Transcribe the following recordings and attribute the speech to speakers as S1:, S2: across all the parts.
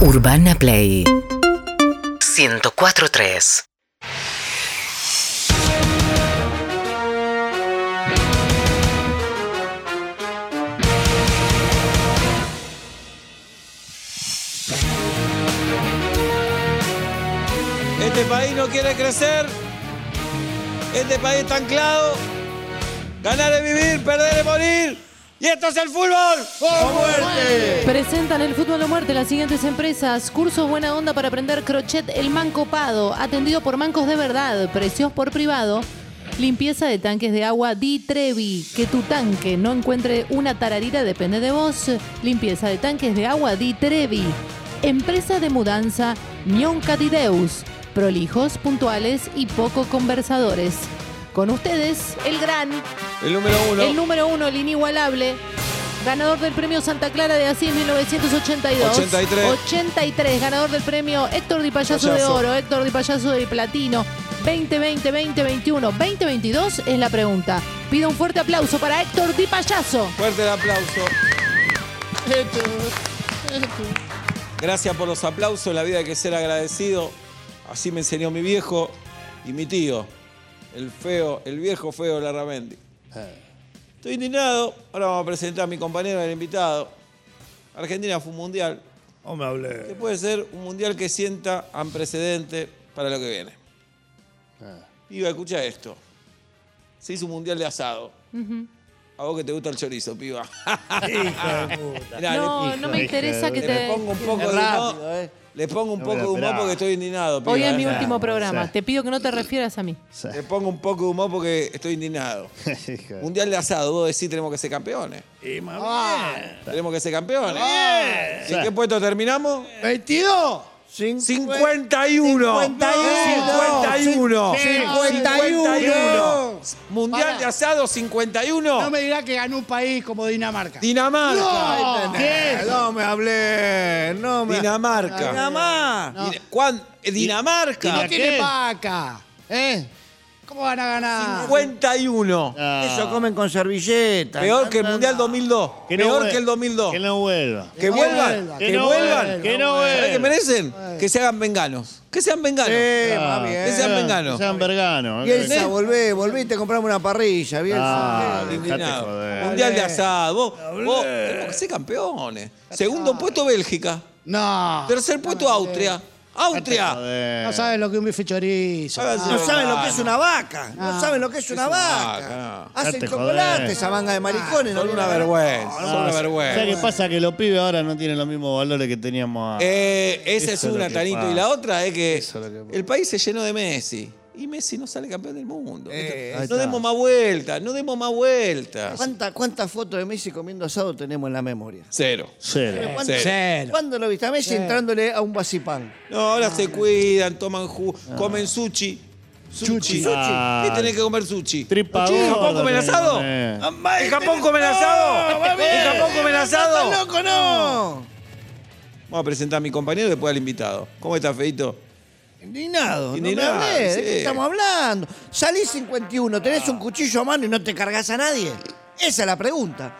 S1: Urbana Play 104.3
S2: Este país no quiere crecer. Este país está anclado. Ganar es vivir, perder es morir. Y esto es el fútbol.
S3: Presentan el fútbol a muerte las siguientes empresas. Cursos Buena Onda para aprender crochet el mancopado, atendido por mancos de verdad, precios por privado. Limpieza de tanques de agua Di Trevi. Que tu tanque no encuentre una tararira depende de vos. Limpieza de tanques de agua Di Trevi. Empresa de mudanza Ñoncatideus. Prolijos, puntuales y poco conversadores. Con ustedes, el gran
S2: El número uno.
S3: el número uno, el inigualable, ganador del premio Santa Clara de Asís 1982.
S2: 83.
S3: 83, ganador del premio Héctor Di Payaso, de
S2: Payaso.
S3: Oro, Héctor Di Payaso de Platino. 2020, 2021, 2022 es la pregunta. Pido un fuerte aplauso para Héctor Di Payaso.
S2: Fuerte el aplauso. Gracias por los aplausos. La vida hay que ser agradecido. Así me enseñó mi viejo y mi tío. El feo, el viejo feo Larramendi. Estoy indignado. Ahora vamos a presentar a mi compañero, el invitado. Argentina fue un mundial.
S4: No me
S2: que
S4: hablé.
S2: puede ser un mundial que sienta un precedente para lo que viene.
S3: Ah.
S2: Piba, escucha esto. Se hizo un mundial de asado. A vos que te gusta el chorizo, piba.
S5: Ah,
S4: Hija de puta.
S2: Mirá,
S3: no,
S4: hijo,
S3: no me
S4: hija,
S3: interesa que
S2: le, le
S3: te...
S2: pongo un poco
S4: Es
S2: de
S4: rápido,
S2: humor.
S4: eh.
S2: Le pongo un
S4: No me
S2: poco
S4: lo
S2: de humor
S4: esperaba.
S2: porque estoy indignado, piba.
S3: Hoy es
S2: eh.
S3: mi
S4: Claro,
S3: último
S4: sí.
S3: programa. Te pido que no te refieras a mí.
S2: Le pongo un poco de humor porque estoy indignado.
S4: Hija de-
S2: mundial de asado, vos decís tenemos que ser campeones.
S4: Y más
S6: Ah,
S4: bien.
S2: Tenemos que ser campeones. ¿En qué puesto terminamos?
S6: 22.
S2: 51. 51. 51. Mundial
S6: Pará.
S2: de asado 51.
S6: No me dirá que ganó un país como Dinamarca.
S2: Dinamarca.
S6: No,
S4: No me hablé. No me
S2: Dinamarca. Dinamarca. Dina- ¿Cuán- eh,
S6: Y no
S2: Dinamarca.
S6: tiene vaca. ¿Eh? ¿Cómo van a ganar?
S2: 51.
S4: Ah,
S5: Eso comen con servilleta.
S2: Peor que el Mundial 2002.
S4: Que no
S2: Peor
S4: vuel-
S2: que el 2002.
S4: Que no vuelva.
S2: Que vuelvan.
S6: vuelva.
S2: Que vuelvan.
S4: Que no
S2: ¿Sabés qué
S4: vuelva.
S2: merecen? Que se hagan venganos. Que sean venganos.
S5: Eh,
S4: Ah,
S5: mami,
S2: Que
S5: eh.
S2: sean
S4: Que
S2: venganos.
S4: sean verganos.
S5: Bielsa, volvé, volví y te compramos una parrilla, Bielsa.
S4: Ah,
S5: Eh,
S4: dejate
S2: Indignado.
S4: joder.
S2: Mundial de asado. Vos, vos tenemos que ser campeones. Segundo puesto Bélgica.
S6: No.
S2: Tercer puesto Austria. Austria.
S4: Joder.
S6: No sabes lo que es un bife chorizo. Ah.
S2: Háganse
S5: No
S2: los
S5: saben lo que es
S2: ganos.
S5: una vaca. No saben lo que es una
S2: vaca,
S5: vaca.
S4: Ya
S5: Hacen
S4: te
S5: chocolate
S4: jodés.
S5: esa manga de maricones. no
S2: Son una
S5: viene a-
S2: vergüenza. Son una
S4: ¿Sabes qué
S2: vergüenza.
S4: pasa? Que los pibes ahora no tienen los mismos valores que teníamos a-
S2: Eh, esa es
S4: Eso es
S2: una,
S4: lo que
S2: Tanito.
S4: pasa.
S2: Y la otra es que
S4: Eso es lo que pasa.
S2: el país se llenó de Messi. Y Messi no sale campeón del mundo.
S5: Eh,
S2: Esto-
S4: ahí
S2: no
S4: está.
S2: demos más vueltas, no demos más vueltas.
S5: ¿Cuánta- ¿Cuántas fotos de Messi comiendo asado tenemos en la memoria?
S2: Cero.
S4: Eh, Cero.
S5: ¿Cuándo,
S2: Cero.
S5: ¿cuándo lo viste a Messi entrándole a un vasipán?
S2: No, ahora se cuidan, toman jugo, comen sushi. Sushi.
S4: Ah.
S2: ¿Qué tenés que comer sushi?
S4: Tripa
S2: ¿En Japón
S4: gorda
S2: comen
S4: tenés que
S2: asado? Ah,
S4: comer.
S2: ¿En Japón comen asado? ¿En Japón comen asado?
S5: ¡Loco, no!
S2: Vamos a presentar a mi compañero y después al invitado. ¿Cómo estás, Feito?
S5: Indignado,
S2: Indignado,
S5: no me hablé, ¿de
S2: sí.
S5: qué estamos hablando? Salís 51, tenés un cuchillo a mano y no te cargas a nadie. Esa es la pregunta.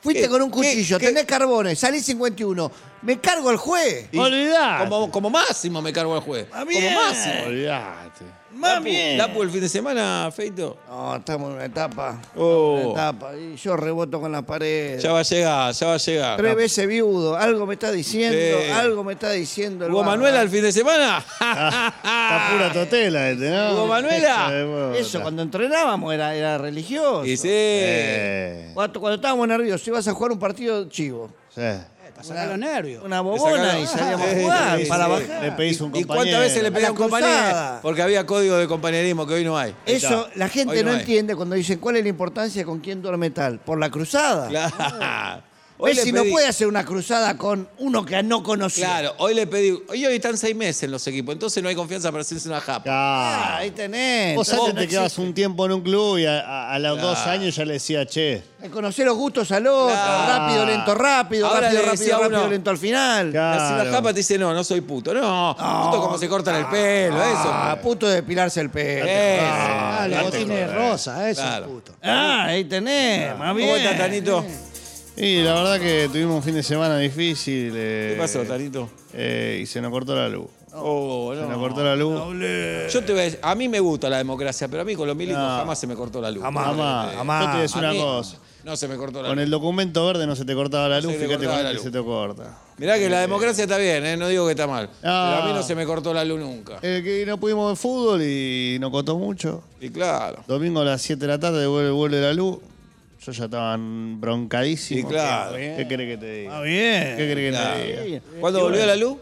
S5: Fuiste
S2: ¿Qué-
S5: con un
S2: qué-
S5: cuchillo,
S2: qué-
S5: tenés carbones, salís 51. Me cargo al juez.
S2: Y-
S4: Olvidate.
S2: Como, como máximo me cargo al juez. Como máximo.
S4: Olvidate.
S2: Mami. Lapu el fin de semana, Feito.
S5: No, estamos en una etapa.
S2: Oh.
S5: Una etapa. Y yo reboto con las paredes.
S2: Ya va a llegar, ya va a llegar.
S5: Tres veces viudo. Algo me está diciendo,
S2: Sí.
S5: algo me está diciendo. el
S2: ¿Hugo
S5: bárbaro.
S2: Manuela el fin de semana?
S4: Ah, Está pura totela este, ¿no?
S2: Hugo Manuela.
S4: Hijo de puta.
S5: Eso, cuando entrenábamos era, era religioso.
S2: Y sí.
S4: Eh,
S5: Cuando, cuando estábamos nerviosos, ibas a jugar un partido chivo.
S4: sí.
S6: Para sacar los nervios.
S5: Una
S2: Le
S5: bobona
S2: sacaron-
S5: y salíamos
S2: Sí,
S5: a jugar
S2: sí,
S5: para
S2: sí.
S5: bajar.
S4: eh, Le pedís un
S2: ¿Y
S4: compañero.
S2: cuántas veces le pedían
S5: A la
S2: compañero?
S5: cruzada.
S2: Porque había código de compañerismo que hoy no hay.
S5: Eso la
S2: Hoy
S5: gente
S2: no
S5: no,
S2: hay.
S5: entiende cuando dicen cuál es la importancia con quién duerme tal. Por la cruzada.
S2: Claro. Hoy
S5: Ah. Messi
S2: le pedí-
S5: no puede hacer una cruzada con uno que no conocía.
S2: Claro, hoy le pedí. Hoy, hoy están seis meses en los equipos, entonces no hay confianza para hacerse una japa.
S5: Ah,
S4: Claro.
S5: ahí tenés.
S4: Vos
S5: Entonces
S4: antes
S5: no
S4: te quedabas
S5: existe.
S4: un tiempo en un club y a, a- a los dos años ya le decía, che.
S5: Hay que Conocer los gustos al otro.
S2: Claro.
S5: Rápido, lento, rápido.
S2: Ahora
S5: rápido,
S2: le decía
S5: rápido, rápido,
S2: uno-
S5: lento al final.
S4: Claro.
S2: Te hace una japa te dice, no, no soy puto. No, puto como se cortan el pelo,
S5: Ah,
S2: eso.
S5: puto de depilarse el pelo.
S2: Eso.
S6: Ah,
S4: Ah,
S6: lo tiene rosa, eso
S2: Claro.
S6: puto.
S5: Ah, ahí tenés. Más
S2: ¿Cómo
S5: pues bien.
S2: estás, Tanito?
S4: Y la verdad que tuvimos un fin de semana difícil. eh,
S2: ¿Qué pasó, Tarito?
S4: eh, y se nos cortó la luz.
S2: Oh,
S4: Se
S2: no.
S4: nos cortó la luz.
S2: Yo te voy a decir, a mí me gusta la democracia, pero a mí con los milicos jamás se me cortó la luz.
S5: Jamás.
S4: Amá,
S5: Amá.
S4: yo te voy a decir
S2: A
S4: una
S2: mí
S4: cosa.
S2: No se me cortó la
S4: Con
S2: luz.
S4: el documento verde no se te cortaba la luz,
S2: se te
S4: fíjate
S2: cortaba
S4: con
S2: la
S4: el que
S2: luz.
S4: se te corta.
S2: Mirá que la democracia está bien, ¿eh? no digo que está mal. Pero a mí
S5: Ah.
S2: no se me cortó la luz nunca.
S4: Eh, que no pudimos ver fútbol y nos costó mucho.
S2: Y claro.
S4: Domingo a las 7 de la tarde vuelve, vuelve la luz. Yo ya estaban broncadísimo.
S2: Y claro.
S4: ¿Qué crees que te diga?
S6: bien.
S4: ¿Qué crees
S2: Claro.
S4: que te diga?
S2: ¿Cuándo volvió la luz?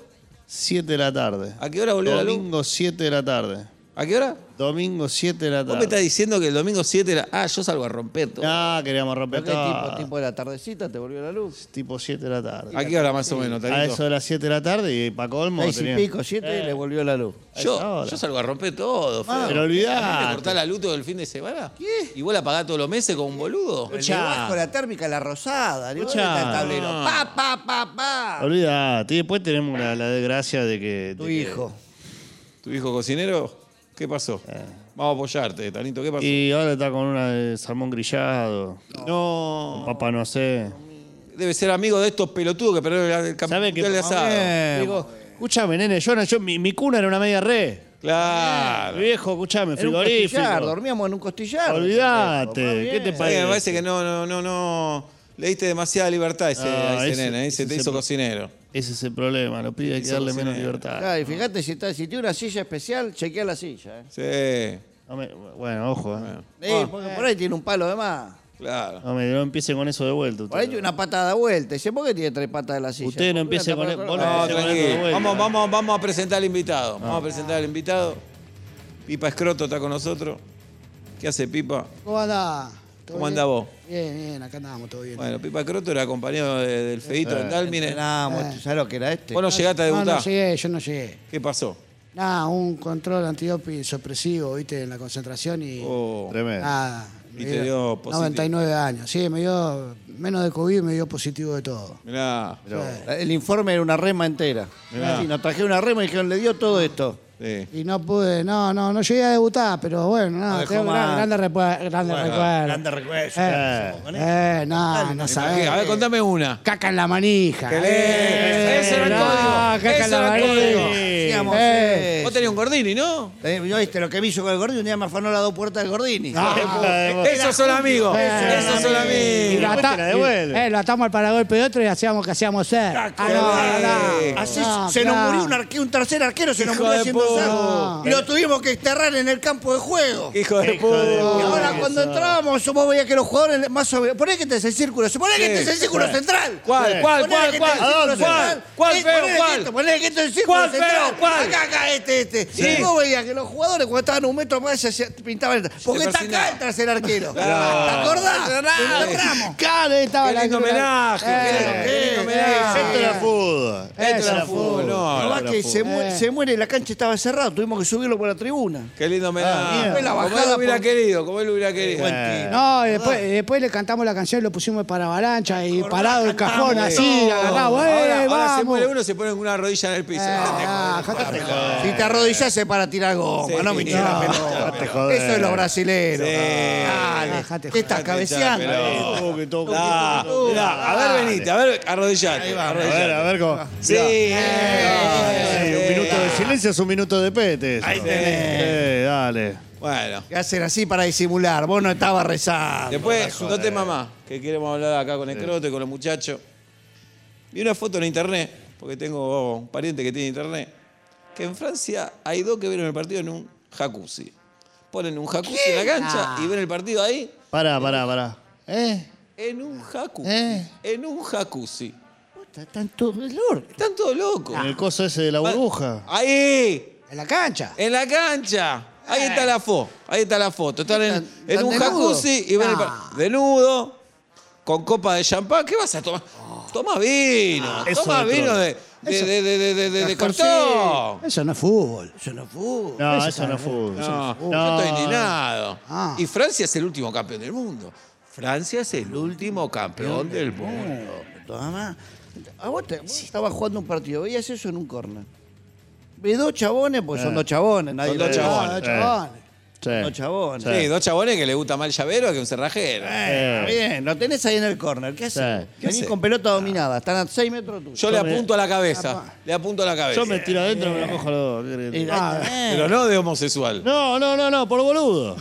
S4: 7 de la tarde.
S2: ¿A qué hora volvió la luz?
S4: Domingo 7 de la tarde.
S2: ¿A qué hora?
S4: Domingo 7 de la
S2: Vos me estás
S4: tarde.
S2: diciendo que el domingo 7 era. Ah, yo salgo a romper todo.
S4: Ah, queríamos romper
S5: ¿Pero qué tipo,
S4: todo. Tipo,
S5: tipo de la tardecita te volvió la luz?
S4: 7 de la tarde.
S2: ¿A qué hora más o menos,
S4: A eso
S2: Tarito?
S4: de las 7 de la tarde y para colmo.
S5: Seis y
S4: tenían-
S5: pico, siete y le volvió la luz.
S4: a esa
S2: Yo,
S4: hora.
S2: yo salgo a romper todo, Fede.
S4: Pero
S2: ¿A mí ¿Me
S4: olvidá.
S2: cortás la luz todo el fin de semana? ¿Qué? ¿Y vos la pagás todos los meses con un boludo?
S5: Escuchá. con la térmica, la rosada. Le
S4: Escuchá.
S5: está el tablero. Pa, pa, pa, pa.
S4: Olvidate. Y después tenemos la, la desgracia de que.
S5: Tu
S4: de que-
S5: hijo.
S2: ¿Tu hijo cocinero? ¿Qué pasó? Vamos a apoyarte, Tanito, ¿qué pasó?
S4: Ah. Y ahora está con una de salmón grillado. No. Papá no sé.
S2: Debe ser amigo de estos pelotudos que perdieron el
S4: ¿Sabe
S2: campeonato
S4: qué?
S2: de asado.
S4: Eh, Digo, escúchame, nene, yo, no- yo- mi, mi cuna era una media re. Mi
S2: Claro.
S4: viejo, escúchame,
S5: Era un costillar,
S4: frigorífico.
S5: dormíamos en un costillar.
S4: Olvidate. ¿Qué te
S2: Está bien,
S4: parece?
S2: me parece que no, no, no, no. Le diste demasiada libertad a ese,
S4: Ah,
S2: a ese
S4: ese-
S2: nene, ¿eh? se
S4: ese
S2: te
S4: se
S2: hizo
S4: pro-
S2: cocinero.
S4: Ese es el problema, los pibes hay que darle menos libertad.
S5: Claro, y fíjate, si, está, si tiene una silla especial, chequea la silla. ¿eh?
S2: Sí,
S4: No me- bueno, ojo, eh.
S5: Eh, porque por ahí tiene un palo de más.
S2: claro.
S4: No, me, no empiecen con eso de vuelta.
S5: Por ahí tiene una patada de vuelta. Dice, ¿por qué tiene tres patas de la silla?
S4: Usted no empiece con- vos no
S2: No,
S4: Ese momento de
S2: tranquilo.
S4: vuelta.
S2: Vamos, vamos, vamos a presentar al invitado. Vamos a presentar al invitado. Pipa Escroto está con nosotros. ¿Qué hace Pipa?
S6: ¿Cómo andás? ¿Todo
S2: ¿Cómo
S6: bien?
S2: andás vos?
S6: Bien, bien, acá andamos, todo bien.
S2: Bueno, Pipa Escroto era compañero de- del Feito del Dálmine.
S5: Entrenamos, ¿sabes lo que era este?
S2: Vos no llegaste a
S6: no, no
S2: debutar.
S6: llegué, yo no llegué.
S2: ¿Qué pasó?
S6: Nada, un control antidoping sorpresivo, viste, en la concentración y
S2: Oh,
S4: Tremendo.
S6: nada. me
S2: Y te dio positivo.
S6: 99 años. Sí, me dio menos de COVID, me dio positivo de todo.
S2: mirá.
S5: El informe era una rema entera. Sí, nos traje una rema y dijeron, le dio todo esto.
S2: Sí.
S6: Y no pude, no, no, no llegué a debutar, pero bueno,
S5: No
S6: no,
S5: dejó
S6: tengo gran-
S5: más.
S6: grandes recuer- grandes recuerdos.
S5: Grandes recuerdos.
S6: Eh, eh, no, no sabés.
S2: A ver, contame una.
S6: Caca en la manija.
S2: ¡Qué
S6: Eh,
S2: lindo! Eso era el
S6: no,
S2: código.
S6: Caca
S2: Eso
S6: en la
S2: era el código.
S6: manija.
S5: Hacíamos,
S6: Eh.
S5: eh,
S2: Vos tenías un Gordini, ¿no?
S5: eh, ¿no viste lo que me hizo con el Gordini? Un día me afanó las dos puertas del Gordini. Eh,
S4: Ah.
S6: Eh,
S2: Esos son amigos. Esos son
S6: Y
S2: amigos.
S6: lo,
S4: después te la devuelve.
S6: eh, lo atamos al paragolpe de otro y hacíamos que hacíamos ser. Ah,
S2: lindo.
S5: eh, Así
S6: no,
S5: se nos
S6: claro.
S5: murió un, arque- un tercer arquero, se nos
S2: Hijo
S5: murió
S2: de
S5: haciendo
S2: puta.
S5: saco. Y lo tuvimos que enterrar en el campo de
S6: eh,
S5: juego.
S2: Hijo de
S4: Hijo de
S2: puta.
S5: Y
S4: puta.
S5: ahora cuando entrábamos, vos veías que los jugadores más sobre... Poné que este es el círculo, poné que este es el círculo central.
S2: ¿Cuál, cuál,
S5: Poné
S2: cuál,
S5: que este es el círculo
S2: cuál? ¿Cuál?
S5: central.
S2: ¿Cuál
S5: Eh,
S2: feo?
S5: poné que esto,
S2: ¿Cuál?
S5: Poné que esto es el círculo
S2: ¿Cuál, feo?
S5: central.
S2: ¿Cuál?
S5: Acá, acá, este, este.
S2: Sí.
S5: Y vos veías que los jugadores cuando estaban un metro más se hacía- pintaban... el- Porque está acá
S2: fascinaba.
S5: el tercer arquero. ¿Te acordás? Lo logramos.
S6: Claro, ahí estaba
S2: Qué
S6: la
S2: lindo homenaje.
S6: Eh,
S2: Qué lindo homenaje.
S4: Esto era fútbol.
S2: Esto era
S6: era
S2: fútbol.
S5: Lo
S2: No,
S5: más que se, mu- se muere, la cancha estaba cerrada, tuvimos que subirlo por la tribuna.
S2: Qué lindo
S4: Ah,
S2: homenaje.
S5: mierda. La
S2: como él
S5: bajada
S2: lo hubiera
S5: por-
S2: querido, como él lo hubiera querido.
S6: No, y después, y después le cantamos la canción y lo pusimos para avalancha y
S5: Acordá,
S6: parado el cajón
S5: cantamos
S6: así,
S5: todo.
S6: agarrado. ¡Eh,
S2: Ahora, ahora se
S6: vamos!
S2: muere uno y se pone con una rodilla
S4: Eh,
S2: en el piso.
S6: Ah, jodete, jodete.
S5: Si te arrodillase para tirar goma,
S2: Sí,
S5: no
S2: sí,
S5: me hinches la
S2: no.
S5: pelota.
S4: Dejate joder.
S5: Eso es los brasileros.
S2: Sí.
S5: Dale.
S6: Dejate
S5: ¿Qué estás
S2: Dejate hinchar
S5: cabeceando?
S2: la pelota.
S5: Eh,
S4: Toque, toque,
S2: Ah,
S4: toque, toque.
S2: mirá, a ver, venite, a ver, arrodillate.
S4: A ver, a ver cómo.
S2: Sí.
S4: Eh,
S2: eh,
S4: un minuto de
S2: eh.
S4: silencio es un minuto de pete. eso.
S2: Ahí tenés.
S4: Eh, dale.
S2: Bueno,
S5: Que hacen así para disimular. Vos no estabas
S4: Ah,
S5: rezando.
S2: después, dos
S4: eh.
S2: temas más que queremos hablar acá con el crote, con los muchachos. Vi una foto en internet, porque tengo un pariente que tiene internet, que en Francia hay dos que vieron el partido en un jacuzzi. Ponen un jacuzzi en la cancha y ven el partido ahí
S4: Pará, pará, pará.
S6: Eh,
S2: en un jacuzzi.
S6: Eh.
S2: En un jacuzzi.
S5: Puta, Tanto dolor.
S2: Están todos locos.
S4: En el coso ese de la burbuja.
S2: Ahí,
S6: en la cancha.
S2: En la cancha. Ahí está la foto. Ahí está la foto. Están en,
S5: Eh. ¿Están-
S2: en
S5: están
S2: un
S5: desnudos? Ah.
S2: jacuzzi y ven el par- desnudo, con copa de champán. ¿Qué vas a tomar? Toma
S5: Ah.
S2: vino.
S4: eso
S2: Toma
S4: es otro.
S2: vino de, de, de, de, de- de- de cartón.
S6: Cartón. Eso no es fútbol.
S5: Yo no fui.
S4: No, eso no es fútbol.
S2: No, yo
S4: No.
S2: estoy indignado.
S6: Ah.
S2: Y Francia es el último campeón del mundo. Francia es el último campeón del mundo.
S5: Toma más. A vos, te, vos estabas jugando un partido, veías eso en un corner. Ve dos chabones, pues son dos chabones. Nadie
S2: Son dos
S5: lo-
S2: chabones.
S6: Ah, chaval.
S4: Eh. Sí.
S5: No, chabón.
S4: Sí.
S2: Sí, dos chabones que le gusta más el llavero que un cerrajero.
S5: Eh, bien, lo tenés ahí en el corner. ¿Qué haces?
S4: Sí. Ah.
S2: ¿Qué
S5: Venís
S2: hace?
S5: con pelota dominada, están a 6 metros tuyos.
S2: Yo le
S4: Yo me-
S2: apunto a la cabeza. Le apunto a la cabeza.
S4: Yo me tiro adentro y me lo cojo a los dos. ¿Qué
S5: Eh,
S4: querés?
S5: ah,
S2: Pero no de homosexual.
S4: No, no, no, no, por boludo.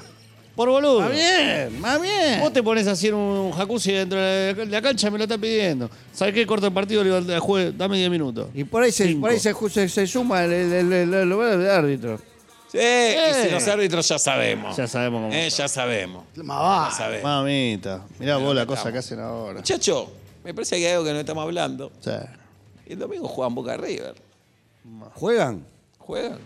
S4: Por boludo.
S5: Más bien, más bien.
S4: Vos te pones a hacer un jacuzzi dentro de la, de la cancha, me lo está pidiendo. ¿Sabés qué? Corto el partido, le digo, "Jue- dame 10 minutos.
S5: Y por ahí se,
S4: Cinco.
S5: por ahí se, ju- se- se suma el, el, el- el- el lugar del árbitro.
S2: Sí, y si los árbitros ya sabemos.
S4: Ya sabemos cómo
S2: Eh,
S4: son.
S2: ya sabemos.
S6: Más
S2: Ya
S6: va.
S2: sabemos.
S4: Mamita, mirá vos la cosa
S2: estamos.
S4: que hacen ahora.
S2: Muchacho, me parece que hay algo que no estamos hablando.
S4: Sí.
S2: El domingo juegan Boca River.
S5: ¿Juegan?
S2: Juegan.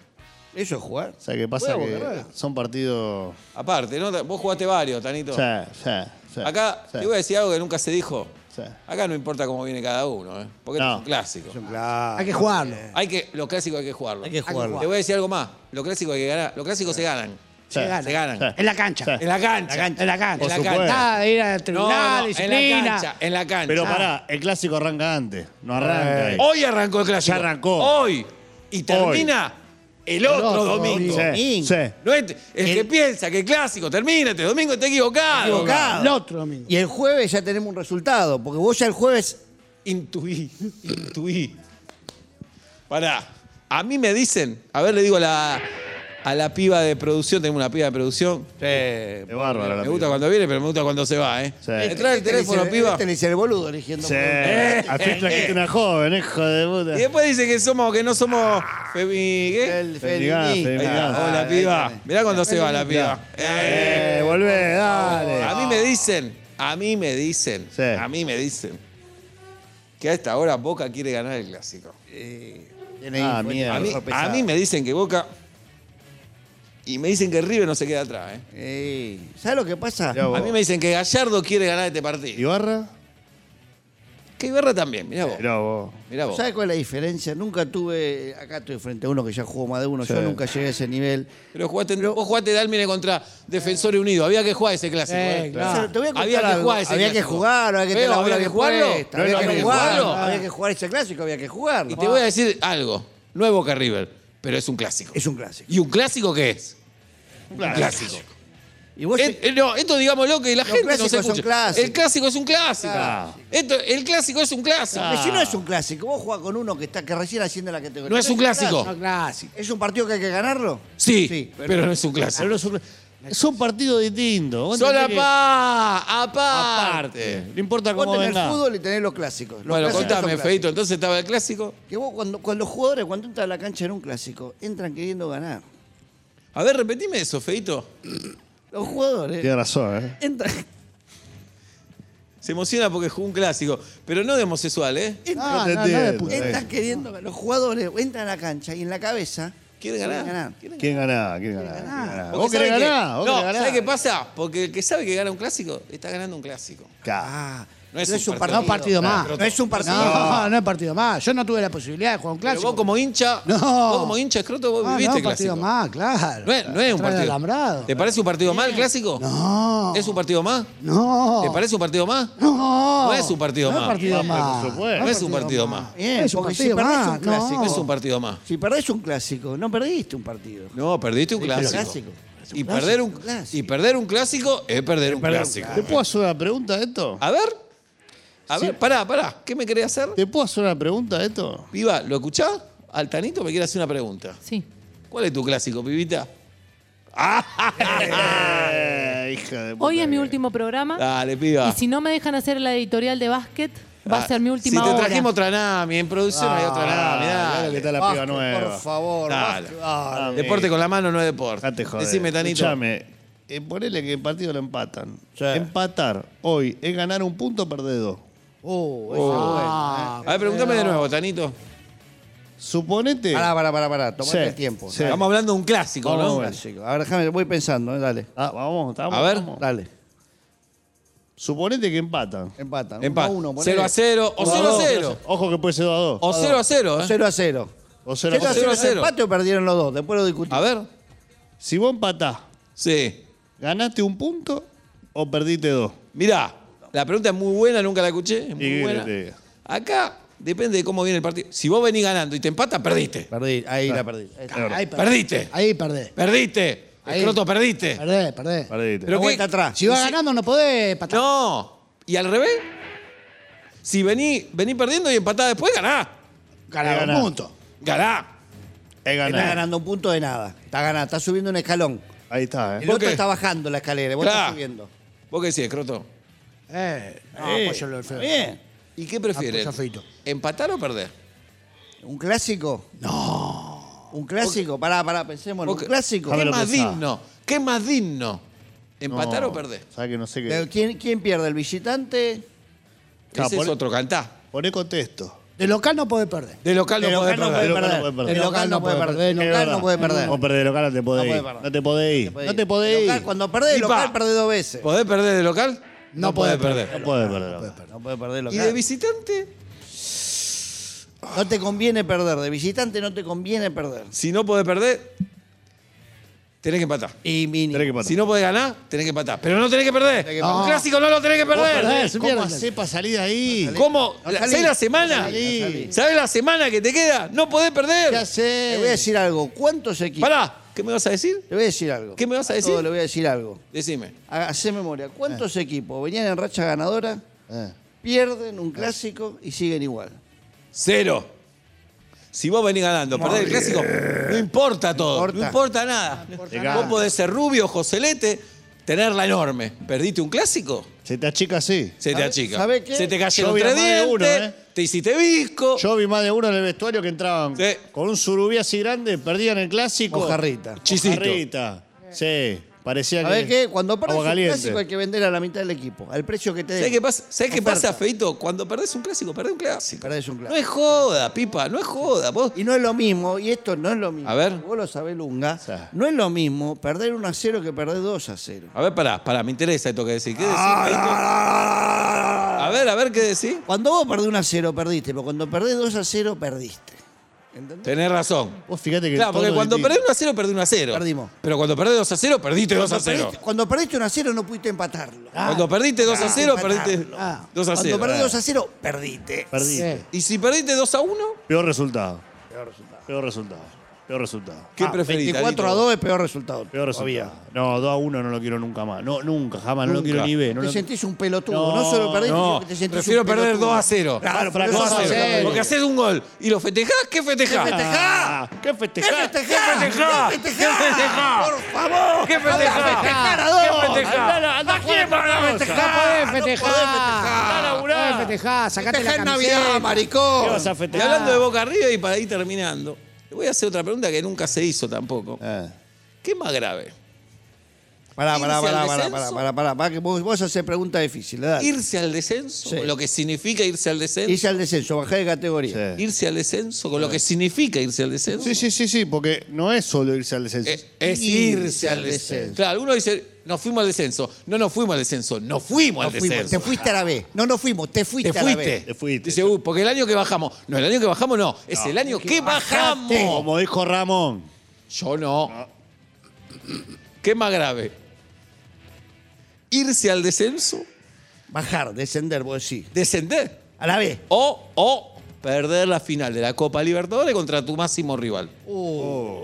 S5: Eso es jugar.
S4: O sea, que pasa
S5: Huevo,
S4: que
S5: carajo.
S4: son partidos...
S2: Aparte, ¿no? vos jugaste varios, Tanito.
S4: Sí, sí, sí.
S2: Acá
S4: sí.
S2: te voy a decir algo que nunca se dijo.
S4: Sí.
S2: Acá no importa cómo viene cada uno, ¿eh? porque
S4: No.
S2: es un clásico.
S5: Claro.
S6: Hay que jugarlo.
S2: Hay que, lo clásico hay que jugarlo.
S5: Hay que jugarlo.
S2: Te voy a decir algo más. Lo clásico hay que ganar. Los clásicos se ganan.
S4: Sí.
S6: Se gana.
S2: Se ganan.
S4: Sí.
S6: En la cancha.
S2: En la cancha.
S6: En la cancha.
S2: En
S4: Por
S2: la
S4: supuesto.
S2: cancha.
S6: Nada de ir al
S2: No,
S6: tribunal,
S2: no, en la
S6: disciplina.
S2: cancha. En la cancha.
S4: Pero pará, el clásico arranca antes, no arranca ahí.
S2: Hoy arrancó el clásico.
S4: Ya arrancó.
S2: Hoy. Y termina el otro,
S6: otro
S2: domingo.
S6: domingo.
S4: Sí,
S5: domingo.
S4: sí.
S2: No es- el, que piensa que el clásico termina este domingo está equivocado.
S5: Equivocado.
S6: El otro domingo.
S5: Y el jueves ya tenemos un resultado, porque vos ya el jueves.
S2: Intuí, intuí. Pará. A mí me dicen, a ver, le digo a la, a la piba de producción, tengo una piba de producción.
S4: Es bárbaro la
S2: me gusta
S4: piba.
S2: cuando viene, pero me gusta cuando se va, ¿eh?
S4: Sí.
S2: Me trae el
S5: Este le hice-
S2: teléfono, piba.
S5: Este le hice el boludo eligiendo.
S4: Sí,
S5: preguntas.
S4: al fin trajiste una joven, eh, hijo de puta.
S2: Y después dice que somos, que no somos femi. ¿qué?
S5: El
S4: Felicidad,
S5: Felipe.
S2: Ahí está.
S4: felicidad.
S5: Ah,
S2: Hola,
S5: Este ahí
S2: piba.
S5: tenés.
S2: Mirá cuando se va la piba. Eh.
S4: Eh, volvé, dale.
S2: A mí me dicen, a mí me dicen,
S4: Sí.
S2: a mí me dicen que a esta hora Boca quiere ganar el clásico.
S5: Tiene
S4: Ah,
S5: info,
S2: A
S4: mierda.
S5: tiene
S2: mí,
S5: info
S2: a
S5: pesada.
S2: mí me dicen que Boca y me dicen que River no se queda atrás. ¿eh?
S5: Eh, ¿Sabes lo que pasa?
S4: Mirá vos.
S2: A mí me dicen que Gallardo quiere ganar este partido.
S4: ¿Ibarra?
S2: Que Ibarra también, mirá vos.
S4: Mirá vos.
S2: Mirá vos.
S5: ¿Sabes cuál es la diferencia? Nunca tuve. Acá estoy frente a uno que ya jugó más de uno.
S4: Sí.
S5: Yo nunca llegué a ese nivel.
S2: Pero jugaste, vos jugaste Dalmine contra Defensores Unidos. Había que jugar ese clásico.
S6: Eh,
S2: ¿eh?
S6: claro.
S5: O sea, te voy a contar
S2: Había que
S5: algo.
S2: jugar ese
S5: Había que
S2: clásico.
S5: jugar, había que
S2: Feo,
S5: tener la
S2: había
S5: bola
S2: que
S5: bien
S2: jugarlo.
S5: puesta,
S4: No es lo
S5: había, que
S4: mismo.
S5: jugarlo.
S2: Claro.
S5: Había que jugar ese clásico, había que jugarlo.
S2: Y te voy a decir algo. No es Boca River, pero es un clásico.
S5: Es un clásico.
S2: ¿Y un clásico qué es? Un clásico.
S5: Y vos
S2: Eh, eh, no, esto digámoslo que la
S5: Pues Los
S2: gente no
S5: clásicos
S2: se
S5: son
S2: escucha.
S5: clásicos.
S2: El clásico es un clásico.
S4: Claro.
S2: Esto- el clásico es un clásico.
S5: Porque si no es un clásico, vos jugás con uno que está que recién asciende a la categoría.
S2: No es un clásico.
S6: No, clásico.
S5: ¿Es un partido que hay que ganarlo?
S2: Sí, pero,
S5: pero,
S2: no es un clásico.
S4: Pero no son, son partidos distintos. Vos
S2: Sola
S4: entendés que-
S2: pa, aparte.
S4: Aparte. No importa
S5: vos
S4: cómo
S5: tenés
S4: venga.
S5: fútbol y tenés los clásicos. Los
S2: Bueno,
S5: clásicos son
S2: contame,
S5: clásicos.
S2: Feito, entonces estaba el clásico.
S5: Que vos cuando, cuando los jugadores cuando entran a la cancha en un clásico, entran queriendo ganar.
S2: A ver, repetime eso, Feito.
S5: Los jugadores
S4: Tiene razón, ¿eh?
S5: entran,
S2: Se emociona porque jugó un clásico, pero no de homosexual, ¿eh?
S5: entran-
S4: No
S6: Ah,
S4: te
S6: no, no, de
S4: entiendo.
S6: puta.
S5: entran queriendo ganar. Los jugadores entran a la cancha y en la cabeza
S2: Quiere ganar. Quiere
S4: ¿Quién ganá? ¿Quién ganá? ¿Quién ganá?
S2: Porque
S4: ¿Vos querés
S2: sabe que-
S4: ganar? ¿Vos
S2: no,
S4: querés ganar?
S2: ¿sabes qué pasa? Porque el que sabe que gana un clásico, está ganando un clásico.
S4: Claro.
S5: Ah,
S2: No es un
S6: No es partido más.
S5: No es un partido.
S6: No, no es partido más. Yo no tuve la posibilidad de jugar un
S2: Pero
S6: clásico.
S2: vos como hincha,
S6: No.
S2: vos como hincha escroto, vos
S6: Ah, no,
S2: viviste
S6: un
S2: el clásico.
S6: partido más, claro.
S2: No es, no es un
S6: Atrás del
S2: partido.
S6: alambrado.
S2: ¿Te parece un partido más el clásico?
S6: No.
S2: ¿Es un partido más?
S6: No.
S2: ¿Te parece un partido más?
S6: No.
S2: No es un partido
S6: No
S2: más.
S6: es partido
S4: No,
S6: más.
S4: por supuesto.
S2: No es un partido más.
S5: Bien,
S6: Es un
S5: porque
S6: partido
S5: si perdés
S6: más,
S5: un clásico,
S6: no.
S2: Es un partido más.
S5: si perdés un clásico, no perdiste un partido.
S2: No, perdiste un
S5: Sí, pero
S2: clásico.
S5: clásico.
S2: Y
S5: Clásico,
S2: perder un
S5: clásico.
S2: y perder un clásico es perder un clásico.
S4: ¿Te puedo hacer una pregunta de esto?
S2: A ver. A ver, pará, pará. ¿Qué me querés hacer?
S4: ¿Te puedo hacer una pregunta de esto?
S2: Piba, ¿lo escuchás? Altanito me quiere hacer una pregunta.
S3: Sí.
S2: ¿Cuál es tu clásico, pibita?
S4: Eh, hija de puta
S3: Hoy es mi
S4: que-
S3: último programa.
S2: Dale, piba.
S3: Ah. Y si no me dejan hacer la editorial de básquet, va a ser mi última
S2: Ah, Si te
S3: hora.
S2: trajimos otra Nami, en producción hay otra
S4: Ah,
S2: Nami.
S4: mirá
S2: dale.
S4: lo que está la piba
S5: Basta,
S4: nueva.
S5: Por favor,
S2: Dale.
S5: basta, dale.
S4: Dame.
S2: Deporte con la mano no es deporte.
S4: Dejate joder.
S2: Decime, Tanito.
S4: Escuchame, eh, ponele que el partido lo empatan. Empatar hoy es ganar un punto o perder dos.
S5: Oh, ese es bueno.
S6: Ah,
S2: A ver, pregúntame de nuevo, Tanito.
S4: Suponete.
S5: Pará, pará, pará, pará. Tomate
S4: Sí,
S5: el tiempo.
S4: sí.
S2: Estamos hablando de un clásico,
S4: Vamos,
S2: ¿no?
S4: bueno.
S5: Clásico. A ver, déjame, voy pensando, eh, dale.
S4: Ah, vamos, estamos.
S2: A ver.
S4: vamos.
S5: Dale.
S4: Suponete que empatan.
S5: Empatan.
S2: Empate.
S5: Uno a uno,
S2: 0 a 0 o
S4: Dos
S2: 0 a
S4: dos.
S2: 0.
S4: Ojo que puede ser 2 a 2.
S2: O 0 a 0, ¿eh?
S5: 0 a 0.
S4: O
S5: 0
S4: 0
S5: a
S4: a
S5: 0.
S2: cero.
S4: 0.
S5: empate o perdieron los dos? Después lo discutimos.
S2: A ver.
S4: Si vos empatás,
S2: Sí.
S4: ¿ganaste un punto o perdiste dos?
S2: Mirá, la pregunta es muy buena, nunca la escuché. Es
S4: ¿Y
S2: muy
S4: qué
S2: buena.
S4: te diga?
S2: Acá depende de cómo viene el partido. Si vos venís ganando y te empata, perdiste.
S5: Perdí, ahí la perdí.
S6: Ahí perdí.
S2: Ah. Perdiste.
S6: Ahí perdés.
S2: Perdiste.
S6: Ahí.
S2: Croto, perdiste.
S6: Perdé, perdé.
S4: Perdiste.
S2: Pero
S5: La
S2: qué-
S5: vuelta atrás.
S6: Si va ganando no podés patar.
S2: No. ¿Y al revés? Si vení, vení perdiendo y empatás después, ganá.
S6: Ganar
S4: ganar.
S6: un punto.
S2: Ganá.
S4: He
S5: Está ganando un punto de nada. Está ganando, está subiendo un escalón.
S4: Ahí está,
S5: El
S4: ¿eh?
S2: ¿Por
S5: otro
S2: qué?
S5: está bajando la escalera, vos
S2: Claro.
S5: estás subiendo.
S2: ¿Vos qué decís, Croto?
S6: Eh, no,
S5: Eh,
S6: apoyo lo del feo.
S5: Bien.
S2: ¿Y qué prefieres?
S6: Ah, pues, afeito.
S2: ¿Empatar o perder?
S5: ¿Un clásico? No. ¿Un clásico? Pará, pará, pensémoslo.
S2: Vos
S5: ¿Un
S2: qué-
S5: clásico?
S2: ¿Qué
S4: Déjamelo
S2: más
S4: pensar.
S2: digno? ¿Qué más digno? ¿Empatar
S4: No,
S2: o perder?
S4: Sabe que no sé
S5: Pero
S4: qué.
S5: ¿Quién, quién pierde? ¿El visitante?
S4: Claro,
S2: Ese es
S4: pone-
S2: otro cantá.
S4: Poné contexto.
S6: De local no podés perder.
S2: De local no
S5: El
S2: podés
S5: local no
S2: perder.
S4: El
S5: puede
S4: local no
S5: perder.
S4: puede perder.
S5: El local no puede perder. El
S4: Es
S5: local
S4: verdad.
S5: no puede perder.
S4: Vos perdés de local, no te podés
S5: No puede
S4: ir.
S5: perder.
S4: No te podés ir. No te podés
S5: El
S4: ir.
S5: local, Cuando perdés el
S2: Lipa.
S5: local, perdés dos veces.
S2: ¿Podés perder de local?
S6: No
S2: podés
S6: podés perder.
S4: No podés perder.
S5: No puede perder el
S2: ¿Y de
S5: local.
S2: visitante?
S5: No te conviene perder. De visitante no te conviene perder.
S2: Si no podés perder, tenés que empatar.
S5: Y mini.
S4: Tenés que empatar.
S2: Si no podés ganar, tenés que empatar. Pero no tenés que perder.
S5: Tenés que
S2: Un clásico no lo tenés que perder.
S5: Eh,
S6: perdés, se
S4: ¿Cómo
S6: pierde.
S4: hacés para salir de ahí?
S2: ¿Cómo?
S5: No
S2: La-
S5: salí,
S2: ¿Sabés la
S5: no
S2: semana?
S5: salí, no salí.
S2: ¿Sabés la semana que te queda? No podés
S4: ¿Qué
S2: perder.
S5: Te voy a
S4: hacés?
S5: decir algo. ¿Cuántos equipos?
S2: Pará, ¿qué me vas a decir?
S5: Te voy a decir algo.
S2: ¿Qué me vas a
S5: todos
S2: decir?
S5: le voy a decir algo.
S2: Decime.
S5: Ha- Hacé memoria. ¿Cuántos equipos venían en racha ganadora,
S4: Eh.
S5: pierden un clásico y siguen igual?
S2: Cero. Si vos venís ganando, perdés el clásico, no importa todo,
S5: eh, importa.
S2: no importa nada.
S4: nada.
S2: Vos podés ser rubio, joselete, tenerla enorme. ¿Perdiste un clásico?
S4: Se te achica así.
S2: Se te
S5: ¿Sabe-
S2: achica.
S5: sabe qué?
S2: Se te
S4: Yo
S2: cayeron
S4: vi a
S2: tres
S4: más de
S2: dientes,
S4: uno, ¿eh?
S2: te hiciste visco.
S4: Yo vi más de uno en el vestuario que entraban
S2: Sí.
S4: con un surubí así grande, perdían el clásico.
S5: Mojarrita.
S2: Chisito.
S4: Mojarrita. Sí, parecía que.
S5: ¿Sabés qué? Cuando
S4: agua
S5: perdes un
S4: caliente.
S5: clásico hay que vender a la mitad del equipo, al precio que te den.
S2: ¿Sabés qué pasa, ¿Sabés qué pasa
S5: Oferta.
S2: Feito? Cuando perdés un clásico, perdés un clásico.
S5: Perdés un clásico.
S2: No es joda, pipa, no es joda. Vos
S5: Y no es lo mismo, y esto no es lo mismo.
S2: A ver.
S5: Vos lo sabés, Lunga.
S4: Sí.
S5: No es lo mismo perder 1 a 0 que perder 2 a 0.
S2: A ver, pará, pará, me interesa esto que decís. ¿Qué decís?
S5: Ah.
S4: Ah,
S2: A ver, a ver, ¿qué decís?
S5: Cuando vos perdés 1 a 0, perdiste, pero cuando perdés 2 a 0, perdiste. ¿Entendés?
S2: Tenés razón.
S4: Vos fíjate que.
S2: Claro, porque
S4: todo
S2: cuando
S4: es distinto.
S2: perdés 1 a 0, perdí 1 a 0.
S5: Perdimos.
S2: Pero cuando perdés 2 a 0, perdiste 2 a 0.
S5: Perdiste- Cuando perdiste 1 a 0, no pudiste empatarlo.
S2: Ah, Cuando perdiste 2 a 0,
S5: Empatarlo.
S2: perdiste
S5: Ah.
S2: 2 a 0.
S5: Cuando perdés 2 a 0, perdiste.
S4: Perdiste.
S2: ¿Y si perdiste 2 a 1?
S4: Peor resultado. Peor resultado. Peor resultado.
S2: ¿Qué
S5: Ah,
S2: preferís?
S5: 24 a
S2: Danito?
S5: 2 es peor resultado.
S4: Peor resultado. No, 2 a 1 no lo quiero nunca más. No, nunca, jamás. No lo
S2: Nunca.
S4: quiero ni ver. No
S5: Te
S4: lo-
S5: sentís un pelotudo. No,
S4: No,
S5: solo perdiste,
S2: no.
S5: sino que te sentís
S2: Prefiero
S5: un
S2: perder
S5: pelotudo.
S2: 2 a 0.
S5: Claro,
S4: Claro,
S5: pero
S4: flaco,
S2: 2
S5: eso
S2: a
S4: dos
S5: es
S2: 0.
S4: cero.
S2: Porque haces un gol y lo festejás, ¿qué festejás?
S5: ¿Qué festejás?
S4: Ah, ¿Qué
S5: ¿Qué
S4: festejás?
S5: festejás?
S2: ¿Qué festejás?
S5: ¿Qué
S2: ¿Qué festejás?
S5: ¡Por favor!
S2: ¿Qué festejás?
S5: Anda a festejar a dos!
S2: ¿Qué festejás?
S4: Andá, andá,
S5: quién
S4: andá,
S5: van a
S4: andá,
S5: festejar?
S4: andá,
S6: Podés
S5: no
S6: festejar.
S5: podés festejar.
S6: No podés festejar. Sacate
S5: Festejá
S6: la
S5: en
S6: camiseta.
S5: Navidad, maricón!
S4: ¿Qué vas a
S2: Y
S4: festejar?
S2: hablando de Boca arriba y para ir terminando, le voy a hacer otra pregunta que nunca se hizo tampoco.
S4: Eh.
S2: ¿Qué es más grave?
S5: Pará, pará,
S2: Irse
S5: pará,
S2: al
S5: pará, pará,
S2: descenso.
S5: pará, pará, pará, que vos, vos haces preguntas difíciles, dale.
S2: Irse al descenso,
S5: Sí.
S2: con lo que significa irse al descenso.
S5: Irse al descenso, bajá de categoría.
S4: Sí.
S2: Irse al descenso, con lo que significa irse al descenso.
S4: Sí, sí, sí, sí, porque no es solo irse al descenso.
S2: Es, es irse al descenso. Claro, algunos dicen, nos fuimos al descenso. No nos fuimos al descenso, nos fuimos al
S5: No fuimos,
S2: descenso.
S5: te fuiste a la B. No, no fuimos, te fuiste,
S2: Te
S5: a la
S2: fuiste.
S5: B.
S4: Te fuiste.
S2: Dice, uh, porque el año que bajamos. No, el año que bajamos no. Es el año que
S5: bajaste.
S2: bajamos.
S4: Como dijo Ramón.
S2: Yo no. ¿Qué más grave? ¿Irse al descenso?
S5: Bajar, descender, vos sí.
S2: ¿Descender?
S5: A la B.
S2: O, o perder la final de la Copa Libertadores contra tu máximo rival.
S5: No,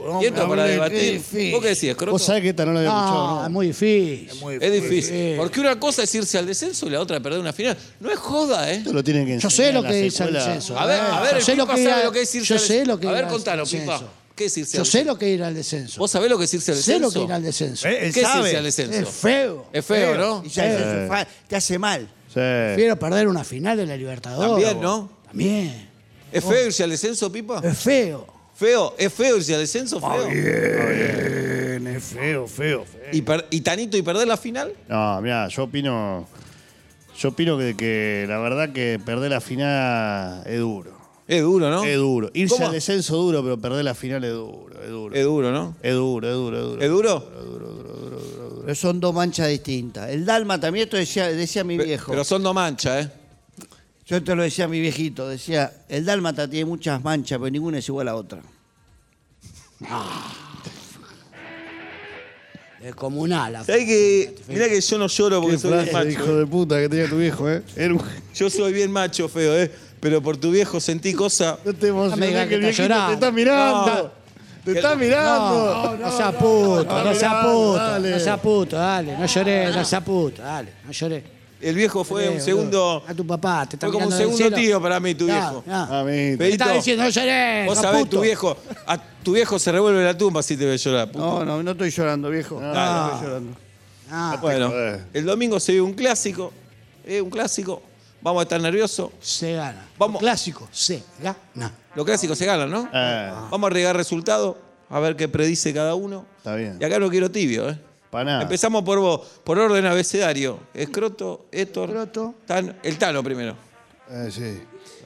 S2: Uh, y esto para
S5: Oh, hombre,
S2: debatir.
S5: difícil.
S2: ¿Vos qué decís, Croto? Ah,
S4: Vos sabés que esta no la había escuchado,
S6: No,
S4: ¿no?
S6: es muy difícil.
S5: Muy
S2: Es difícil.
S6: Sí.
S2: Porque una cosa es irse al descenso y la otra perder una final. No es joda, ¿eh?
S4: Esto lo tienen que
S6: Yo
S4: enseñar.
S6: sé lo
S4: en
S6: que
S4: las
S6: es el
S4: escuelas.
S6: descenso.
S2: A ver,
S6: eh.
S2: a ver,
S6: Yo
S2: el
S6: sé
S2: Pipa sabe
S6: era-
S2: lo que es irse
S6: Yo
S2: al
S6: sé lo que
S2: A
S6: era
S2: ver,
S6: el
S2: contalo,
S6: descenso.
S2: Pipa. ¿Qué es irse al
S6: Yo sé
S2: descenso?
S6: lo que era el descenso.
S2: ¿Vos sabés lo que es irse al
S6: sé
S2: descenso?
S6: lo que era el descenso.
S5: Eh, él
S2: ¿Qué
S5: sabe.
S2: es irse al descenso?
S6: Es feo.
S2: Es feo, ¿no?
S5: Y ya
S4: Eh.
S5: eso es fa- te hace mal.
S4: Sí.
S6: Prefiero perder una final de la Libertadores.
S2: También, ¿no?
S6: También.
S2: ¿Es feo irse al descenso, Pipa?
S6: Es feo.
S2: Feo, es feo irse al descenso, feo.
S5: Es feo, feo, feo.
S2: Y, per- y Tanito y perder la final.
S4: No, mirá, yo opino. Yo opino que, que la verdad que perder la final es duro.
S2: Es duro, ¿no?
S4: Es duro. Irse
S2: ¿Cómo?
S4: al descenso es duro, pero perder la final es duro. Es duro.
S2: Es duro, ¿no?
S4: Es duro, es duro, es duro.
S2: ¿Es duro?
S5: Pero son dos manchas distintas. El Dalma también, esto decía, decía mi
S2: Pe-
S5: viejo.
S2: Pero son no mancha, ¿eh?
S5: Yo te lo decía a mi viejito, decía, el dálmata tiene muchas manchas, pero ninguna es igual a otra.
S6: Es comunal. la-
S2: ¿Sabés que? Mirá que yo no lloro porque
S4: Qué
S2: soy bien
S4: frase,
S2: macho.
S4: hijo
S2: ¿eh?
S4: de puta que tenía tu viejo, ¿eh? Era un-
S2: Yo soy bien macho, feo, ¿eh? Pero por tu viejo sentí cosa.
S4: No te emociones
S6: digas
S4: que,
S6: que
S4: el
S6: está
S4: viejito
S6: llorando.
S4: te está mirando.
S2: No.
S4: ¡Te está
S6: No,
S4: mirando!
S6: no sea puto,
S4: no, Ah,
S6: no sea puto,
S4: dale.
S6: no sea puto, dale, no lloré, no sea puto, dale, no lloré.
S2: El viejo fue
S6: Dale,
S2: un
S6: boludo.
S2: segundo.
S6: A tu papá, te está
S2: Fue como un
S6: mirando del
S2: segundo
S6: cielo.
S2: tío para mí, tu
S6: Ya,
S2: viejo.
S4: Ah,
S6: ya.
S4: Amiguito.
S6: Te está
S2: Pedito,
S6: diciendo, no lloré,
S2: Vos
S6: no
S2: sabés,
S6: puto.
S2: tu viejo, a tu viejo se revuelve la tumba si te ve llorar. puto.
S5: No, no, no estoy llorando, viejo. No,
S2: Ah.
S5: estoy llorando.
S6: Ah,
S2: bueno,
S4: joder.
S2: el domingo se vive un clásico, eh, un clásico. Vamos a estar nerviosos.
S6: se gana.
S2: Vamos.
S6: Un Clásico, se gana.
S2: Los clásicos se ganan, ¿no?
S4: Eh,
S2: Vamos a arriesgar resultados, a ver qué predice cada uno.
S4: Está bien.
S2: Y acá no quiero tibio, ¿eh?
S4: Pa' nada.
S2: Empezamos por vos, por orden abecedario. Escroto, Héctor,
S6: Escroto.
S2: Tan- el Tano primero.
S4: eh, sí.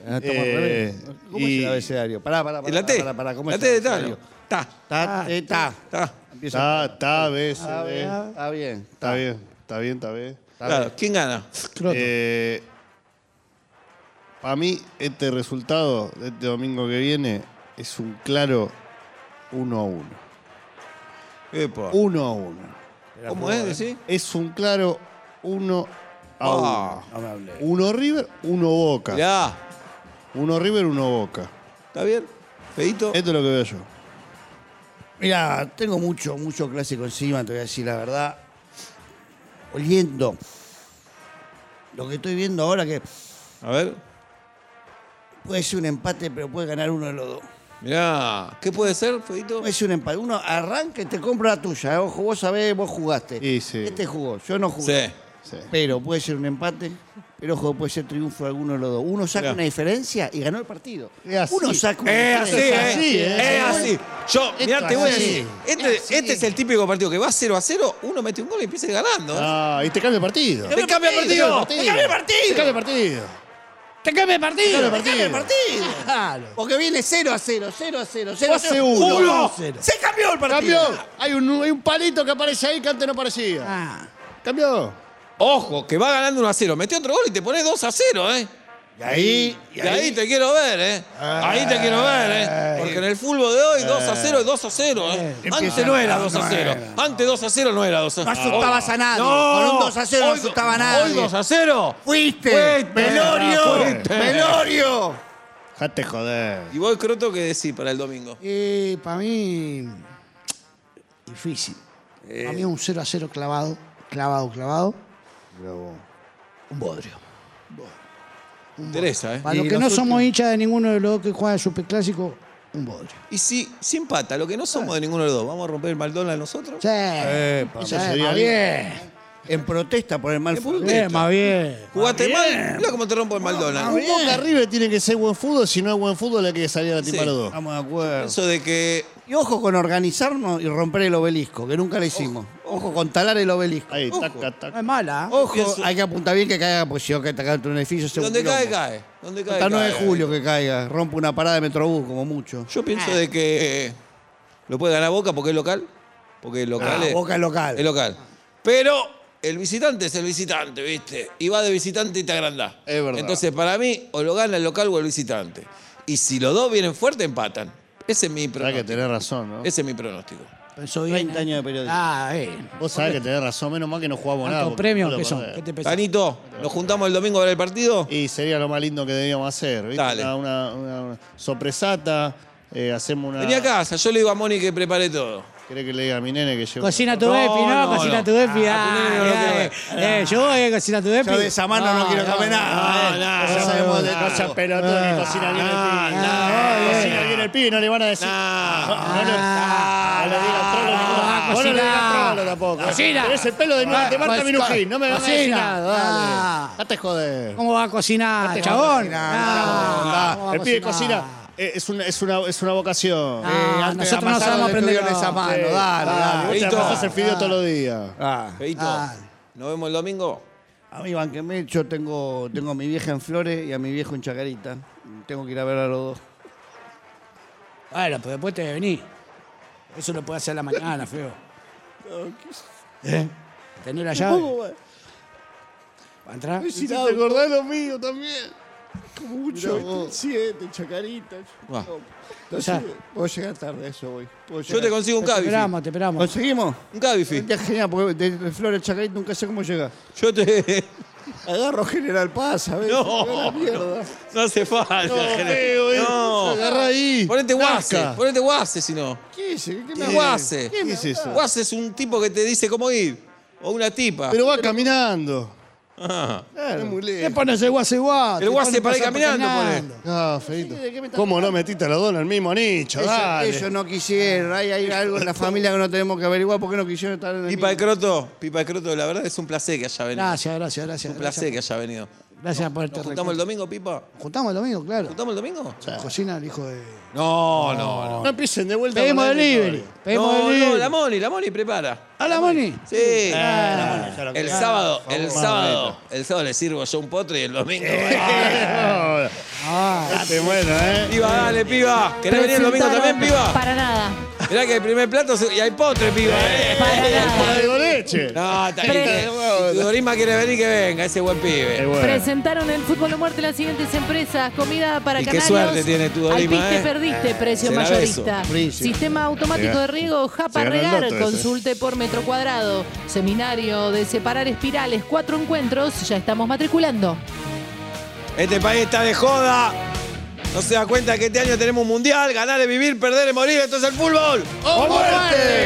S5: Ah, toma,
S4: Eh,
S5: revés. ¿Cómo
S4: y-
S5: es el abecedario? Pará, pará, pará.
S2: el la T,
S5: pará, pará, ¿cómo
S2: la
S5: es
S2: T
S5: el
S2: de Tano.
S5: abecedario?
S2: Ta,
S5: Ta, te, ta.
S2: ta.
S5: Empieza.
S4: Ta, ta, B, C, D.
S5: Ah, Está bien.
S4: Está bien, está bien, está bien.
S2: Claro, ¿quién gana?
S6: Croto.
S4: Eh, Para mí, este resultado de este domingo que viene es un claro 1 a 1.
S2: Epa.
S4: 1 a 1.
S2: ¿Cómo es?
S4: eh.
S2: ¿Sí?
S4: Es un claro 1 a 1.
S2: Ah.
S4: Uno River, uno Boca.
S2: Mirá,
S4: Uno River, uno Boca.
S2: ¿está bien? Feito.
S4: Esto es lo que veo yo.
S5: Mira, tengo mucho, mucho clásico encima, te voy a decir la verdad. Oliendo. Lo que estoy viendo ahora que
S2: A ver.
S5: puede ser un empate, pero puede ganar uno de los dos.
S2: Mirá, ¿qué puede ser, Feito?
S5: Puede ser un empate. Uno arranca y te compra la tuya. eh. Ojo, vos sabés, vos jugaste.
S4: Y sí.
S5: Este jugó, yo no jugué.
S2: Sí.
S4: Sí.
S5: Pero puede ser un empate, pero ojo, puede ser triunfo de alguno de los dos. Uno saca
S2: Mirá.
S5: una diferencia y ganó el partido.
S4: Es así.
S5: Uno saca una
S2: Es así,
S5: diferencia.
S2: ¿eh?
S4: así, ¿eh?
S2: Es así. Yo, mirá,
S5: Esto
S2: te voy a
S5: así.
S2: decir. Este,
S5: Es así.
S2: este es el típico partido que va 0 a 0, uno mete un gol y empieza ganando. ¿eh?
S4: Ah, y te cambia el partido.
S2: ¡Te cambia el partido!
S5: ¡Te cambia el partido!
S4: ¡Te cambia el partido!
S6: ¡Te cambia el partido!
S4: ¡Te
S5: ¡Gana el partido!
S6: Claro.
S5: Porque viene 0 a 0, 0 a 0, 0 a
S4: Hace
S5: 0.
S4: uno.
S2: ¡Uno!
S6: cero.
S5: ¡Se cambió el
S4: ¡Cambió!
S5: partido!
S4: Hay un, hay un palito que aparece ahí que antes no aparecía.
S6: Ah,
S4: ¡Cambió!
S2: Ojo, que va ganando 1 a 0. Mete otro gol y te pones 2 a 0, ¿eh?
S5: Y ahí,
S2: Y ahí te quiero ver, ¿eh? Ahí te quiero ver, ¿eh? Porque en el fútbol de hoy 2 a 0 es 2 a 0, ¿eh? Antes no era 2 a 0. Antes 2 a 0 no era 2 a
S5: No
S2: 0.
S5: asustabas a nadie. Con un 2 a 0 no
S2: Hoy-
S5: asustaba a nadie.
S2: Hoy 2 a 0.
S5: ¡Fuiste!
S2: Fuiste. Ah,
S5: ¡Velorio!
S2: este.
S4: Fuiste.
S5: ¡Velorio!
S4: ¡Jate joder!
S2: Y vos, Croto, ¿qué decís para el domingo?
S6: y para mí. Difícil. Para
S2: Eh.
S6: mí un 0 a 0 clavado, clavado, clavado. Un bodrio.
S2: Interesa, ¿eh?
S6: Para
S5: Y
S6: los que
S5: los
S6: no
S5: otros-
S6: somos hinchas de ninguno de los dos que juega el superclásico, un bodrio.
S2: Y si, sin pata, lo que no somos de ninguno de los dos, ¿vamos a romper el McDonald's nosotros?
S6: Sí.
S4: Epa,
S6: Sí,
S4: sería
S6: más
S4: bien.
S6: bien.
S5: En protesta por el mal
S2: En
S5: fútbol.
S2: protesta.
S6: Bien, más bien.
S2: ¿Jugaste mal? Mira cómo te rompo el McDonald's.
S4: Un Boca River tiene que ser buen fútbol, si no es buen fútbol hay que salir a la timba
S2: Sí.
S4: los dos.
S5: Estamos de acuerdo.
S2: Eso de que.
S5: Y ojo con organizarnos y romper el obelisco, que nunca lo hicimos. Ojo con talar el obelisco.
S4: Ahí,
S2: Ojo.
S4: taca,
S6: No
S4: taca.
S6: es mala. ¿eh?
S2: Ojo,
S5: Ojo, hay que apuntar bien que caiga, porque si no cae en un edificio se
S2: donde cae, cae. Donde cae,
S5: Hasta 9 de
S2: cae.
S5: julio que caiga, rompe una parada de Metrobús como mucho.
S2: Yo pienso de que eh, lo puede ganar Boca porque es local. Porque el local
S5: Ah,
S2: es,
S5: Boca es local.
S2: es local. Pero el visitante es el visitante, ¿viste? Y va de visitante y te agrandás.
S4: Es verdad.
S2: Entonces, para mí, o lo gana el local o el visitante. Y si los dos vienen fuerte, empatan. Ese es mi
S4: Sabés que
S2: pronóstico.
S4: tenés razón, ¿no?
S2: Ese es mi pronóstico.
S6: Pensó bien.
S5: 30 años de periodismo.
S6: Ah, eh.
S4: Vos sabés que tenés razón, menos mal que no jugamos nada.
S6: ¿Cuántos
S4: porque
S6: premios
S4: no lo
S6: que son?
S4: perdés.
S6: ¿Qué te pensás?
S2: Tanito, ¿nos juntamos el domingo a ver el partido?
S4: Y sería lo más lindo que deberíamos hacer, ¿viste?
S2: Dale.
S4: Una, una- una- una sorpresata, eh, hacemos una...
S2: Vení
S5: Ah.
S2: a casa, yo le digo a Moni que prepare todo.
S4: ¿Querés que le diga a mi nene que llevo?
S6: Cocina tu
S2: No,
S6: bepi, no,
S2: no,
S6: cocina
S2: no.
S6: tu bepi.
S2: Ah, tu nene no
S6: dale,
S2: lo quiero
S6: dale. Eh, yo voy a cocinar tu bepi.
S5: Yo de esa mano no, quiero comer nada.
S2: no,
S5: eh.
S2: no,
S5: Ya
S2: no,
S5: sabemos de
S4: No seas
S5: todo.
S4: pelotudo, que cocina bien el pibe.
S2: no,
S4: cocina bien el pibe, no le van a decir... No, no, no le digas trolo ni nada.
S6: Ah,
S4: Vos no le digas
S6: cocina.
S4: trolo tampoco.
S6: Cocina.
S4: Tenés el pelo de, de Marta
S6: cocina.
S4: Minujín, no me vengas a decir
S6: Cocina.
S4: nada, dale.
S6: Ah.
S4: Date joder.
S6: ¿Cómo va a cocinar, chabón? Ah, ¿cómo va a
S4: el pibe
S6: cocinar?
S4: cocina... eh, Es una, es, una, es una vocación.
S6: Ah,
S5: Eh, antes
S6: nosotros no
S5: amasaron
S6: sabemos
S5: el
S6: aprender
S5: estudio en esa
S6: nada.
S5: mano,
S4: Eh,
S5: dale,
S4: Vos
S5: dale.
S4: te
S2: Feito.
S4: amasás el fideo todos los días.
S5: Ah.
S2: Feito,
S6: Dale.
S2: ¿nos vemos el domingo?
S5: A mí banqueme, yo tengo, tengo a mi vieja en Flores y a mi viejo en Chacarita. Tengo que ir a ver a los dos.
S6: Bueno, pues después te venís. Eso lo puede hacer a la mañana, feo. ¿Eh? ¿Tener la
S5: Uh,
S6: llave? ¿Va a entrar?
S4: Si te acordás lo mío también. Como mucho. Siete, chacarita.
S2: Buah.
S5: Entonces, puedo llegar tarde a eso, voy. Puedo
S2: Yo te
S5: llegar.
S2: consigo un
S6: Te
S2: Cabify.
S6: esperamos, te esperamos.
S5: ¿Conseguimos?
S2: Un Cabify.
S5: Es genial, porque de Flores a Chacarita nunca sé cómo llega.
S2: Yo te.
S5: Agarro General Paz, a ver.
S2: No.
S5: la mierda.
S2: No hace falta.
S4: No,
S2: general.
S4: feo, eh.
S2: No.
S4: Agarrá
S5: eh.
S4: ahí.
S2: Ponete guase,
S4: Nazca.
S2: ponete guase si no.
S5: ¿Qué es? ¿Qué me
S2: ¿Qué guase?
S5: ¿Qué es eso?
S2: Guase es un tipo que te dice cómo ir. O una tipa.
S4: Pero va caminando.
S2: Ah.
S4: Es muy
S6: ¿Qué
S4: lejos.
S6: pones el guase guate?
S2: El guase
S6: Pones
S2: para ir
S6: pasar por
S2: caminando,
S4: Ah, feito.
S5: ¿De qué me estás
S4: ¿Cómo no metiste a los dos en el mismo nicho?
S5: Ellos,
S4: Dale.
S5: ellos no quisieron. Hay, hay algo en la familia que no tenemos que averiguar porque no quisieron estar en el.
S2: Pipa de
S5: mismo-
S2: Croto, Pipa de Croto, la verdad es un placer que haya venido.
S6: Gracias, gracias, gracias.
S2: Un placer que haya venido.
S6: Gracias, gracias por este
S2: ¿Nos juntamos el
S6: recuerdo.
S2: domingo, Pipa?
S6: Juntamos el domingo, claro.
S2: ¿Juntamos el domingo?
S6: Cocina el hijo de.
S2: No, no, no.
S4: No empiecen de vuelta.
S6: Pedimos
S4: con la
S6: delivery.
S4: historia.
S6: Pedimos delivery.
S2: no, la Moni, la Moni prepara.
S6: ¿A la Moni?
S2: Sí.
S5: Bueno, Eh, ya lo
S2: el
S5: que-
S2: sábado, el sábado, el sábado le sirvo yo un potre y el domingo.
S4: Ah, este bueno, ¿eh?
S2: Piba, dale, piba. ¿Querés venir el domingo también, piba?
S3: Para nada.
S2: Mirá que hay primer plato se- y hay postre, piba. eh.
S3: Para nada.
S4: Algo leche.
S2: No, está
S3: Pre-
S2: Si Dorisma quiere venir, que venga, ese buen
S4: Es
S2: pibe.
S4: bueno.
S3: Presentaron el fútbol a muerte las siguientes empresas. Comida para
S2: Y qué
S3: canarios.
S2: suerte tiene tu Dorima,
S3: Al piste
S2: eh.
S3: perdiste, precio
S2: Se la
S3: mayorista.
S2: beso.
S5: Príncipe.
S3: Sistema automático
S4: Se
S3: de riego, Japa
S4: se ganó el
S3: Regar.
S4: loto ese.
S3: Consulte por metro cuadrado. Seminario de separar espirales. Cuatro encuentros. Ya estamos matriculando.
S2: Este país está de joda. No se da cuenta que este año tenemos un mundial. Ganar es vivir, perder es morir. Esto es el fútbol.
S4: ¡O muerte!